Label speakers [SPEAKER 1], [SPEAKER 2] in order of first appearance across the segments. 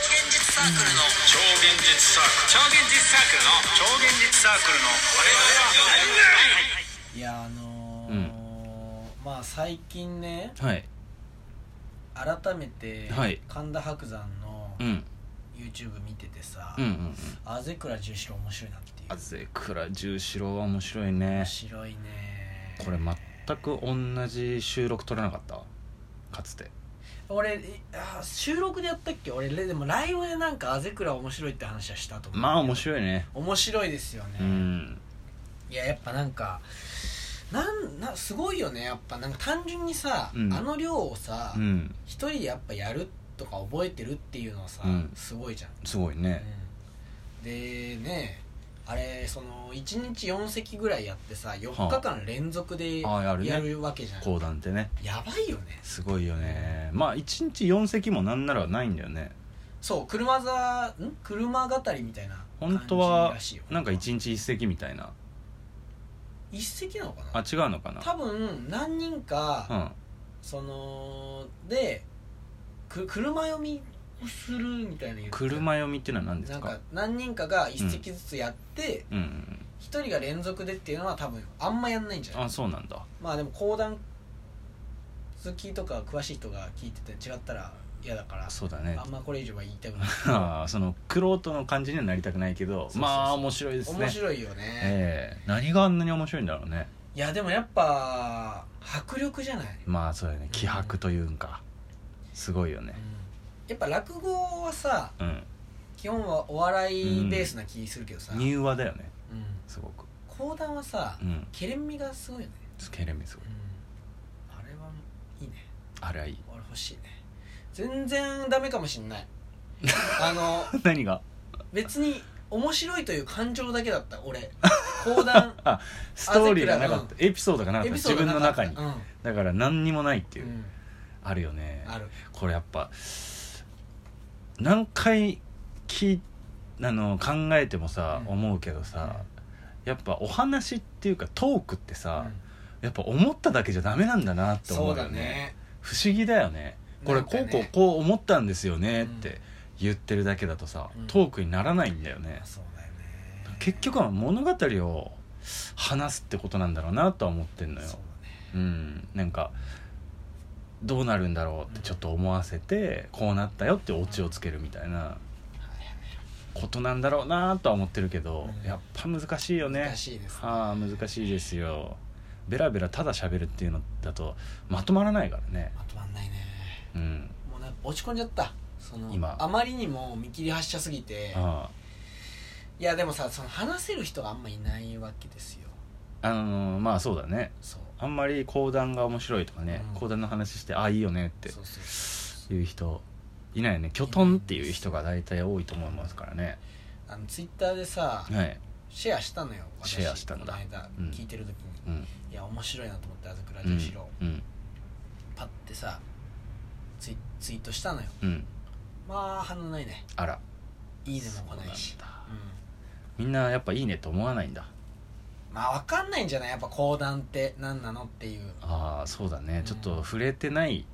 [SPEAKER 1] ークルの超現実サークル超現実サークルの超現実サークルの
[SPEAKER 2] いやあのー
[SPEAKER 3] うん
[SPEAKER 2] まあ最近ね
[SPEAKER 3] はい
[SPEAKER 2] 改めて
[SPEAKER 3] はい
[SPEAKER 2] 神田伯山の
[SPEAKER 3] うん
[SPEAKER 2] YouTube 見ててさ、
[SPEAKER 3] うんうんうん
[SPEAKER 2] あぜくら十四郎面白いなっていう
[SPEAKER 3] あぜくら十四郎は面白いね
[SPEAKER 2] 面白いね
[SPEAKER 3] これ全く同じ収録取れなかったかつて
[SPEAKER 2] 俺えあ収録でやったっけ俺でもライブでなんかあぜくら面白いって話はしたと思う
[SPEAKER 3] まあ面
[SPEAKER 2] い
[SPEAKER 3] 白いね
[SPEAKER 2] 面白いですよね、
[SPEAKER 3] うん
[SPEAKER 2] いややっぱなんかなんなすごいよねやっぱなんか単純にさ、
[SPEAKER 3] うん
[SPEAKER 2] あの量をさ
[SPEAKER 3] うん
[SPEAKER 2] 一、人でやっぱやるとか覚えてるっていうのはさ、
[SPEAKER 3] うん
[SPEAKER 2] すごいじゃん
[SPEAKER 3] すごいね
[SPEAKER 2] でねあれその1日4席ぐらいやってさ4日間連続で
[SPEAKER 3] ああやるね
[SPEAKER 2] やるわけじゃん、
[SPEAKER 3] 講談ってね
[SPEAKER 2] やばいよね
[SPEAKER 3] すごいよねまあ1日4席もなんならないんだよね
[SPEAKER 2] そう車座ん車語りみたいな
[SPEAKER 3] 本
[SPEAKER 2] 感
[SPEAKER 3] 当
[SPEAKER 2] じ
[SPEAKER 3] は
[SPEAKER 2] らしいよ
[SPEAKER 3] なんか1日1席みたいな
[SPEAKER 2] 一席なのか
[SPEAKER 3] あ
[SPEAKER 2] な
[SPEAKER 3] 違うのかな
[SPEAKER 2] 多分何人か、
[SPEAKER 3] うん
[SPEAKER 2] そのでく車読みをするみたいな言ってた
[SPEAKER 3] 車読みっていうのは何で
[SPEAKER 2] な
[SPEAKER 3] す
[SPEAKER 2] ん
[SPEAKER 3] か
[SPEAKER 2] か何人かが一席ずつやって、
[SPEAKER 3] うんうん
[SPEAKER 2] 一人が連続でっていうのは多分あんまやんないんじゃない
[SPEAKER 3] あそうなんだ
[SPEAKER 2] まあでも講談好きとか詳しい人が聞いてて違ったら嫌だから
[SPEAKER 3] そうだね
[SPEAKER 2] あんまこれ以上は言いたくない
[SPEAKER 3] あーその玄人の感じにはなりたくないけど
[SPEAKER 2] うそう
[SPEAKER 3] まあ面白い ですね
[SPEAKER 2] 面白いよね、
[SPEAKER 3] ええ何があんなに面白いんだろうね
[SPEAKER 2] いやでもやっぱ迫力じゃない、
[SPEAKER 3] まあそうだね気迫というんかすごいよね
[SPEAKER 2] やっぱ落語はさ
[SPEAKER 3] うん
[SPEAKER 2] 基本はお笑いベースな気するけどさ、うん
[SPEAKER 3] 柔和だよねすごく
[SPEAKER 2] 講談はさ
[SPEAKER 3] うん
[SPEAKER 2] けれんみがすごいよね、
[SPEAKER 3] スケールミスごい
[SPEAKER 2] あれはいいね
[SPEAKER 3] あれは いい
[SPEAKER 2] 俺欲しいね全然ダメかもしん ないあの
[SPEAKER 3] 何が
[SPEAKER 2] 別に面白いという感情だけだった 俺講談
[SPEAKER 3] あストーリーがなかったエピソードがなかっ
[SPEAKER 2] エ
[SPEAKER 3] た
[SPEAKER 2] ピソ
[SPEAKER 3] 自
[SPEAKER 2] ード
[SPEAKER 3] 分の
[SPEAKER 2] なか
[SPEAKER 3] 中
[SPEAKER 2] った、
[SPEAKER 3] にだから何にもないっていううんあるよね
[SPEAKER 2] うん、ある
[SPEAKER 3] これやっぱ何回きあの考えてもさ、
[SPEAKER 2] うん
[SPEAKER 3] 思うけどさ、やっぱお話っていうかトークって
[SPEAKER 2] う
[SPEAKER 3] さ、
[SPEAKER 2] ん
[SPEAKER 3] やっぱ思っただけじゃダメなんだなって思
[SPEAKER 2] そう
[SPEAKER 3] うよ
[SPEAKER 2] だ
[SPEAKER 3] ね
[SPEAKER 2] ね
[SPEAKER 3] 不思議だよねこれ
[SPEAKER 2] なん
[SPEAKER 3] こ
[SPEAKER 2] か
[SPEAKER 3] う
[SPEAKER 2] ね
[SPEAKER 3] こうこう思ったんですよねって言ってるだけだとさ、
[SPEAKER 2] うん
[SPEAKER 3] トークにならないんだよね、
[SPEAKER 2] そうだよね
[SPEAKER 3] 結局は物語を話すってことなんだろうなとは思ってんのよ
[SPEAKER 2] そうだね
[SPEAKER 3] うん、なんかどうなるんだろうってちょっと思わせて、こうなったよってオチをつけるみたいなことなんだろうなとは思ってるけど、
[SPEAKER 2] うん
[SPEAKER 3] やっぱ難しいよね
[SPEAKER 2] 難しいですね
[SPEAKER 3] はあ難しいですよベラベラただ喋るっていうのだとまとまらないからね
[SPEAKER 2] まとまんないね
[SPEAKER 3] うん
[SPEAKER 2] もうなんか落ち込んじゃったその
[SPEAKER 3] 今
[SPEAKER 2] あまりにも見切り発車すぎて
[SPEAKER 3] あ
[SPEAKER 2] いやでもさその話せる人があんまいないわけですよ
[SPEAKER 3] ああのーまあそうだね
[SPEAKER 2] そう
[SPEAKER 3] あんまり講談が面白いとかね、
[SPEAKER 2] うん
[SPEAKER 3] 講談の話してああいいよねって
[SPEAKER 2] そうそうそう
[SPEAKER 3] いう人いないよねきょとんっていう人が大体多いと思いますからね
[SPEAKER 2] あのツイッターでさ
[SPEAKER 3] はい、
[SPEAKER 2] シェアしたのよ私
[SPEAKER 3] シェアしたんだ
[SPEAKER 2] この間
[SPEAKER 3] うん
[SPEAKER 2] 聞いてる時に、
[SPEAKER 3] うん、
[SPEAKER 2] いや面白いなと思ってあずくら
[SPEAKER 3] う
[SPEAKER 2] 女
[SPEAKER 3] ん
[SPEAKER 2] 子郎、
[SPEAKER 3] うん
[SPEAKER 2] パッてさツイツイートしたのよ
[SPEAKER 3] うん
[SPEAKER 2] まあ反応ないね
[SPEAKER 3] あら
[SPEAKER 2] いいねも来ないし
[SPEAKER 3] そうなんだ
[SPEAKER 2] う
[SPEAKER 3] みんなやっぱいいねと思わないんだ
[SPEAKER 2] んまあ分かんないんじゃないやっぱ講談って何なのっていう
[SPEAKER 3] ああそうだね、
[SPEAKER 2] うん
[SPEAKER 3] ちょっと触れてない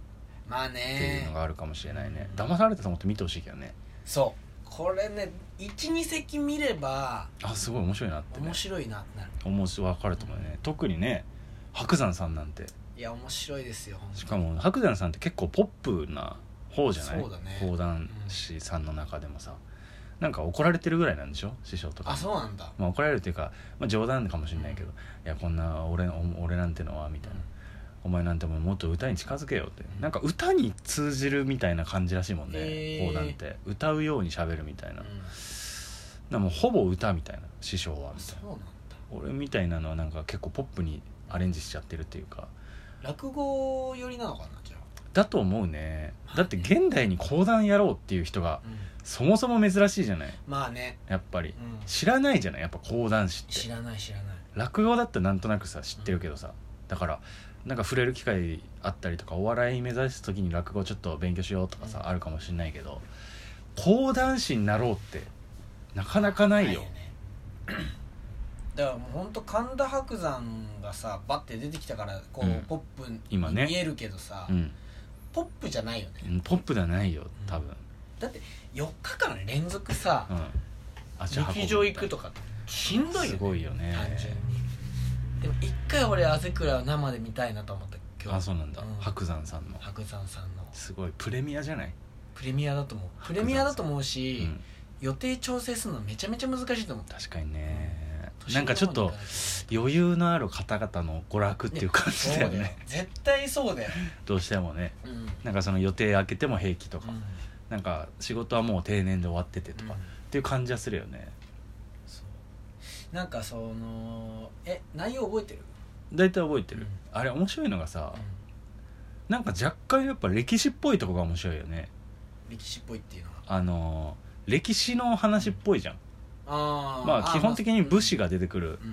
[SPEAKER 2] まあ
[SPEAKER 3] っていう
[SPEAKER 2] ね
[SPEAKER 3] のがあるかもしれないね、騙されたと思って見てほしいけどね
[SPEAKER 2] そうこれね12席見れば
[SPEAKER 3] あすごい面白いなってね
[SPEAKER 2] 面白いなってなる
[SPEAKER 3] 思うし分かると思うよね特にね白山さんなんて
[SPEAKER 2] いや面白いですよほんと
[SPEAKER 3] しかも白山さんって結構ポップな方じゃない
[SPEAKER 2] そうだね
[SPEAKER 3] 講談師さんの中でもさ、なんか怒られてるぐらいなんでしょ師匠とかに
[SPEAKER 2] あそうなんだ
[SPEAKER 3] まあ、怒られるっていうか、まあ、冗談かもしれないけど、いやこんな俺お俺なんてのはみたいな、お前なんてもうもっと歌に近づけよって、
[SPEAKER 2] うん
[SPEAKER 3] なんか歌に通じるみたいな感じらしいもんね、
[SPEAKER 2] へー
[SPEAKER 3] 講談って歌うように喋るみたいな、
[SPEAKER 2] う
[SPEAKER 3] なんんかもうほぼ歌みたいな師匠はみたい
[SPEAKER 2] そうな
[SPEAKER 3] な
[SPEAKER 2] んだ
[SPEAKER 3] 俺みたいなのはなんか結構ポップにアレンジしちゃってるっていうか
[SPEAKER 2] 落語寄りなのかなじゃ
[SPEAKER 3] だと思うねだって現代に講談やろうっていう人が
[SPEAKER 2] あ、うん、
[SPEAKER 3] そもそも珍しいじゃない
[SPEAKER 2] まあね、
[SPEAKER 3] やっぱり
[SPEAKER 2] うん、
[SPEAKER 3] 知らないじゃないやっぱ講談師って
[SPEAKER 2] 知らない知らない
[SPEAKER 3] 落語だってなんとなくさ知ってるけどさ、だからなんか触れる機会あったりとかお笑い目指す時に落語ちょっと勉強しようとかさ、
[SPEAKER 2] うん
[SPEAKER 3] あるかもしんないけど講談師になろうってなかなかないよ、
[SPEAKER 2] ね だからもうほんと神田伯山がさバッて出てきたからこう、
[SPEAKER 3] うん
[SPEAKER 2] ポップに
[SPEAKER 3] 今ね
[SPEAKER 2] 見えるけどさ、
[SPEAKER 3] うん
[SPEAKER 2] ポップじゃないよね
[SPEAKER 3] うんポップではないよ多分、
[SPEAKER 2] だって4日間連続さ
[SPEAKER 3] うん、足運ぶ
[SPEAKER 2] 劇場行くとかってしんどいよ
[SPEAKER 3] す
[SPEAKER 2] ね
[SPEAKER 3] ごいよね
[SPEAKER 2] 単純にでも一回俺汗倉を生で見たいなと思った今日
[SPEAKER 3] あそうなんだ、
[SPEAKER 2] うん
[SPEAKER 3] 白山さんの
[SPEAKER 2] 白山さんの
[SPEAKER 3] すごいプレミアじゃない、
[SPEAKER 2] プレミアだと思うプレミアだと思うし、
[SPEAKER 3] うん、
[SPEAKER 2] 予定調整するのめちゃめちゃ難しいと思う
[SPEAKER 3] 確かにね
[SPEAKER 2] 年
[SPEAKER 3] なんかちょっ
[SPEAKER 2] 上の
[SPEAKER 3] と
[SPEAKER 2] 方に行か
[SPEAKER 3] 余裕のある方々の娯楽っていう感じだよ
[SPEAKER 2] ないとそうだよ
[SPEAKER 3] ね
[SPEAKER 2] 絶対そうだよ、
[SPEAKER 3] どうしてもね
[SPEAKER 2] うん
[SPEAKER 3] なん かその予定空けても平気とか、
[SPEAKER 2] うん
[SPEAKER 3] なんか仕事はもう定年で終わっててとか、
[SPEAKER 2] うん
[SPEAKER 3] っていう感じはするよね
[SPEAKER 2] そうなんかそのえ内容覚えてる、
[SPEAKER 3] 大体覚えてる、
[SPEAKER 2] うん
[SPEAKER 3] あれ面白いのがさ、なんか若干やっぱ歴史っぽいとこが面白いよね
[SPEAKER 2] 歴史っぽいっていうのは
[SPEAKER 3] あのー歴史の話っぽいじゃん、
[SPEAKER 2] あー
[SPEAKER 3] まあ基本的に武士が出てくる
[SPEAKER 2] あ、、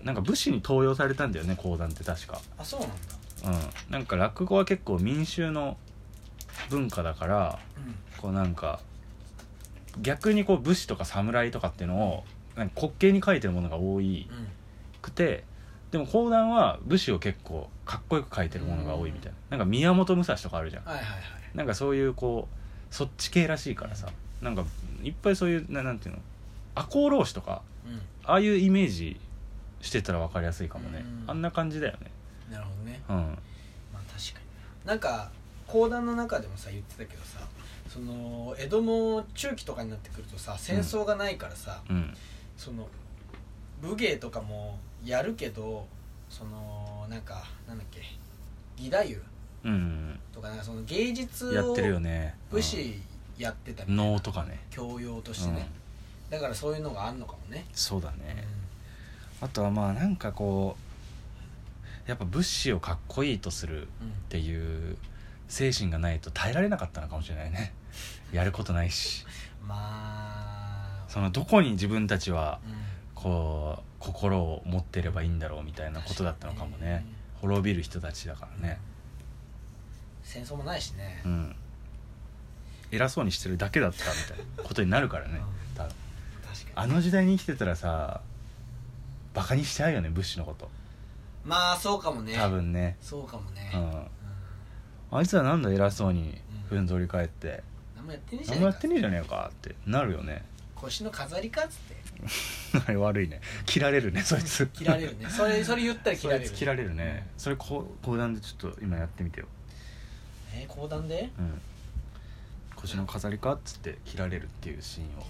[SPEAKER 2] うん、
[SPEAKER 3] なんか武士に登用されたんだよね講談って確か
[SPEAKER 2] あそうなんだ、
[SPEAKER 3] うんなんか落語は結構民衆の文化だから
[SPEAKER 2] うん
[SPEAKER 3] こうなんか逆にこう武士とか侍とかっていうのをなんか滑稽に書いてるものが多い
[SPEAKER 2] うん、
[SPEAKER 3] くてでも講談は武士を結構かっこよく書いてるものが多いみたいななんか宮本武蔵とかあるじゃん
[SPEAKER 2] はいはいはい
[SPEAKER 3] なんかそういうこうそっち系らしいからさなんかいっぱいそういうななんていうの赤穂浪士とか
[SPEAKER 2] うん
[SPEAKER 3] ああいうイメージしてたら分かりやすいかもね
[SPEAKER 2] うん
[SPEAKER 3] あんな感じだよね
[SPEAKER 2] なるほどね
[SPEAKER 3] うん
[SPEAKER 2] まあ確かにななんか講談の中でもさ言ってたけどさその江戸も中期とかになってくるとさ戦争がないからさ、
[SPEAKER 3] うん
[SPEAKER 2] その武芸とかもやるけどそのなんかなんだっけ義太夫
[SPEAKER 3] うん
[SPEAKER 2] とかなんかその芸術
[SPEAKER 3] やっ
[SPEAKER 2] を
[SPEAKER 3] てるよね
[SPEAKER 2] 武士やってたみたいな
[SPEAKER 3] 能とかね
[SPEAKER 2] 教養としてね、だからそういうのがあんのかもね、
[SPEAKER 3] そうだねあとはまあなんかこうやっぱ物資をかっこいいとする
[SPEAKER 2] うんうん
[SPEAKER 3] っていう精神がないと耐えられなかったのかもしれないね やることないし
[SPEAKER 2] まあ
[SPEAKER 3] そのどこに自分たちは
[SPEAKER 2] うん
[SPEAKER 3] こう心を持ってればいいんだろうみたいなことだったのかもね滅びる人たちだからね
[SPEAKER 2] 戦争もないしね
[SPEAKER 3] う、ん偉そうにしてるだけだったみたいなことになるからね
[SPEAKER 2] うん
[SPEAKER 3] 多
[SPEAKER 2] 確か
[SPEAKER 3] 分
[SPEAKER 2] に
[SPEAKER 3] あの時代に生きてたらさバカにしちゃうよね物資のこと
[SPEAKER 2] まあそうかもね
[SPEAKER 3] 多分ね
[SPEAKER 2] そうかもね、
[SPEAKER 3] う
[SPEAKER 2] うん
[SPEAKER 3] んあいつはなんだ偉そうに
[SPEAKER 2] う
[SPEAKER 3] ふんぞり返って
[SPEAKER 2] 何もやってねえじゃ
[SPEAKER 3] 何
[SPEAKER 2] ねえ
[SPEAKER 3] もや
[SPEAKER 2] か
[SPEAKER 3] ってねえじゃねえかってなるよね
[SPEAKER 2] 腰の飾りかっつって
[SPEAKER 3] あれ悪いね切られるねそいつ
[SPEAKER 2] 切られるねそれそれ言ったら切ら
[SPEAKER 3] そ
[SPEAKER 2] れ
[SPEAKER 3] い
[SPEAKER 2] る
[SPEAKER 3] つ切られるねそれこう講談でちょっと今やってみてよ
[SPEAKER 2] えー、講談で
[SPEAKER 3] うん腰の飾りかっつって切られるっていうシーンを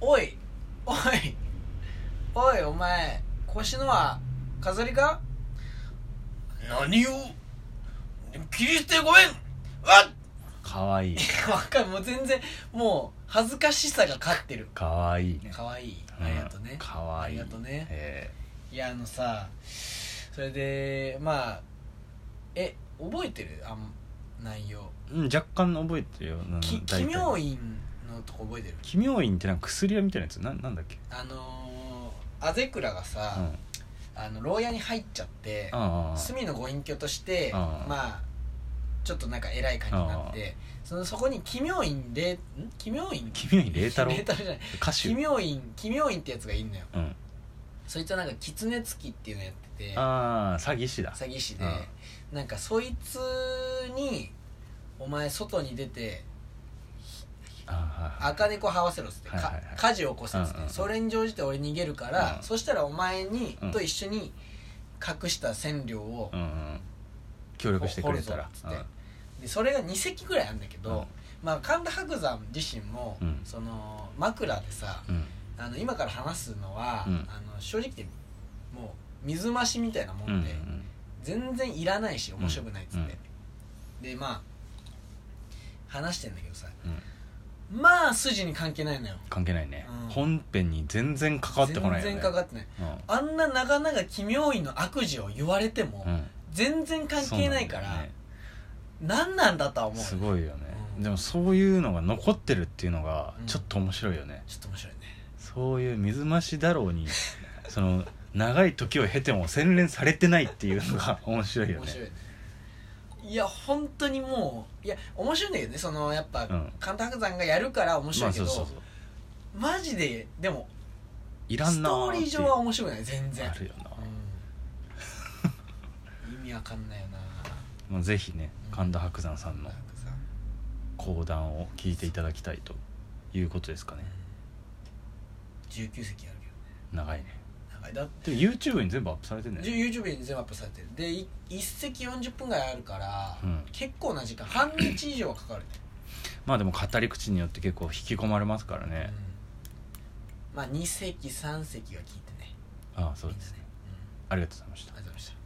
[SPEAKER 2] おいおいおいお前腰のは飾りか何を切り捨てごめんわっ
[SPEAKER 3] かわいい
[SPEAKER 2] わかるもう全然もう恥ずかしさが勝ってる
[SPEAKER 3] かわいいね
[SPEAKER 2] かわいい
[SPEAKER 3] うん
[SPEAKER 2] ありがとうね
[SPEAKER 3] かわいい
[SPEAKER 2] ありがとうね
[SPEAKER 3] え
[SPEAKER 2] いやあのさそれでまあえ覚えてるあん内容
[SPEAKER 3] えうん若干覚えてるようん
[SPEAKER 2] き奇
[SPEAKER 3] 大体
[SPEAKER 2] 妙院のとこ覚えてる
[SPEAKER 3] 奇妙院ってなんか薬屋みたいなやつななんだっけ
[SPEAKER 2] あのー、アゼクラが
[SPEAKER 3] うん
[SPEAKER 2] さ、あの牢屋に入っちゃって
[SPEAKER 3] ああ
[SPEAKER 2] 隅のご隠居として
[SPEAKER 3] うん
[SPEAKER 2] まあちょっとなんか偉い感じになってそのそこに奇妙院霊ん奇妙院
[SPEAKER 3] 奇妙院霊太郎
[SPEAKER 2] 霊じゃない
[SPEAKER 3] 歌手
[SPEAKER 2] 奇妙院奇妙院ってやつがいんのよ
[SPEAKER 3] うん
[SPEAKER 2] そいつはなんか狐つきっていうのやってて
[SPEAKER 3] ああ詐欺師だ
[SPEAKER 2] 詐欺師で、
[SPEAKER 3] う
[SPEAKER 2] なんかそいつに「お前外に出て
[SPEAKER 3] ああ
[SPEAKER 2] 赤猫這わせろ」っつって、
[SPEAKER 3] はいはいはい
[SPEAKER 2] か火事起こせっつって、
[SPEAKER 3] うんうんうん
[SPEAKER 2] それに乗じて俺逃げるから、
[SPEAKER 3] うん
[SPEAKER 2] そしたらお前に、
[SPEAKER 3] うん
[SPEAKER 2] と一緒に隠した千両を、
[SPEAKER 3] うんうん協力してくれたら
[SPEAKER 2] 掘るぞっつってでそれが2隻ぐらいあるんだけど、
[SPEAKER 3] うん
[SPEAKER 2] まあ、神田伯山自身も、
[SPEAKER 3] うん
[SPEAKER 2] その枕でさ
[SPEAKER 3] うんうん
[SPEAKER 2] あの今から話すのは、
[SPEAKER 3] うん
[SPEAKER 2] あの正直言ってもう水増しみたいなも
[SPEAKER 3] うんうんん
[SPEAKER 2] で。全然いらないし面白くないっつって、でまあ話してんだけどさ
[SPEAKER 3] うん
[SPEAKER 2] まあ筋に関係ないのよ
[SPEAKER 3] 関係ないね
[SPEAKER 2] うん
[SPEAKER 3] 本編に全然関わってこないよ
[SPEAKER 2] 全
[SPEAKER 3] ね
[SPEAKER 2] 然かかってないあんな長々奇妙院の悪事を言われても、
[SPEAKER 3] うんうん
[SPEAKER 2] 全然関係ないから
[SPEAKER 3] そう
[SPEAKER 2] なん
[SPEAKER 3] だよね
[SPEAKER 2] 何なんだとは思う
[SPEAKER 3] すごいよね
[SPEAKER 2] うん
[SPEAKER 3] でもそういうのが残ってるっていうのが
[SPEAKER 2] うん
[SPEAKER 3] ちょっと面白いよね
[SPEAKER 2] ちょっと面白いね
[SPEAKER 3] そういう水増しだろう にその長い時を経ても洗練されてないっていうのが面白いよ
[SPEAKER 2] 面白い
[SPEAKER 3] ね
[SPEAKER 2] ねいや本当にもういや面白いんだけどねそのやっぱ、
[SPEAKER 3] うん
[SPEAKER 2] 神田伯山がやるから面白
[SPEAKER 3] ま
[SPEAKER 2] い
[SPEAKER 3] あ
[SPEAKER 2] け
[SPEAKER 3] そ
[SPEAKER 2] ど、
[SPEAKER 3] うそうそう
[SPEAKER 2] マジででも
[SPEAKER 3] いらん
[SPEAKER 2] ス
[SPEAKER 3] な
[SPEAKER 2] トー
[SPEAKER 3] って
[SPEAKER 2] リ
[SPEAKER 3] いう
[SPEAKER 2] ー上は面白くない全然
[SPEAKER 3] あるよな
[SPEAKER 2] うん意味わかんないよな
[SPEAKER 3] まあぜひね
[SPEAKER 2] うん
[SPEAKER 3] 神田伯山さんの
[SPEAKER 2] なんかさ
[SPEAKER 3] 講談を聞いていただきたいということですかね
[SPEAKER 2] 19席あるけどね
[SPEAKER 3] 長いね
[SPEAKER 2] 長いだ
[SPEAKER 3] でも YouTube に全部アップされてんね
[SPEAKER 2] じ YouTube に全部アップされてるでい一席40分ぐらいあるから、
[SPEAKER 3] うん
[SPEAKER 2] 結構な時間半日以上はかかるね、
[SPEAKER 3] まあでも語り口によって結構引き込まれますから
[SPEAKER 2] うん
[SPEAKER 3] ね、
[SPEAKER 2] まあ2席3席は聞いてね
[SPEAKER 3] ああそうですね
[SPEAKER 2] うん
[SPEAKER 3] ありがとうございました
[SPEAKER 2] ありがとうございました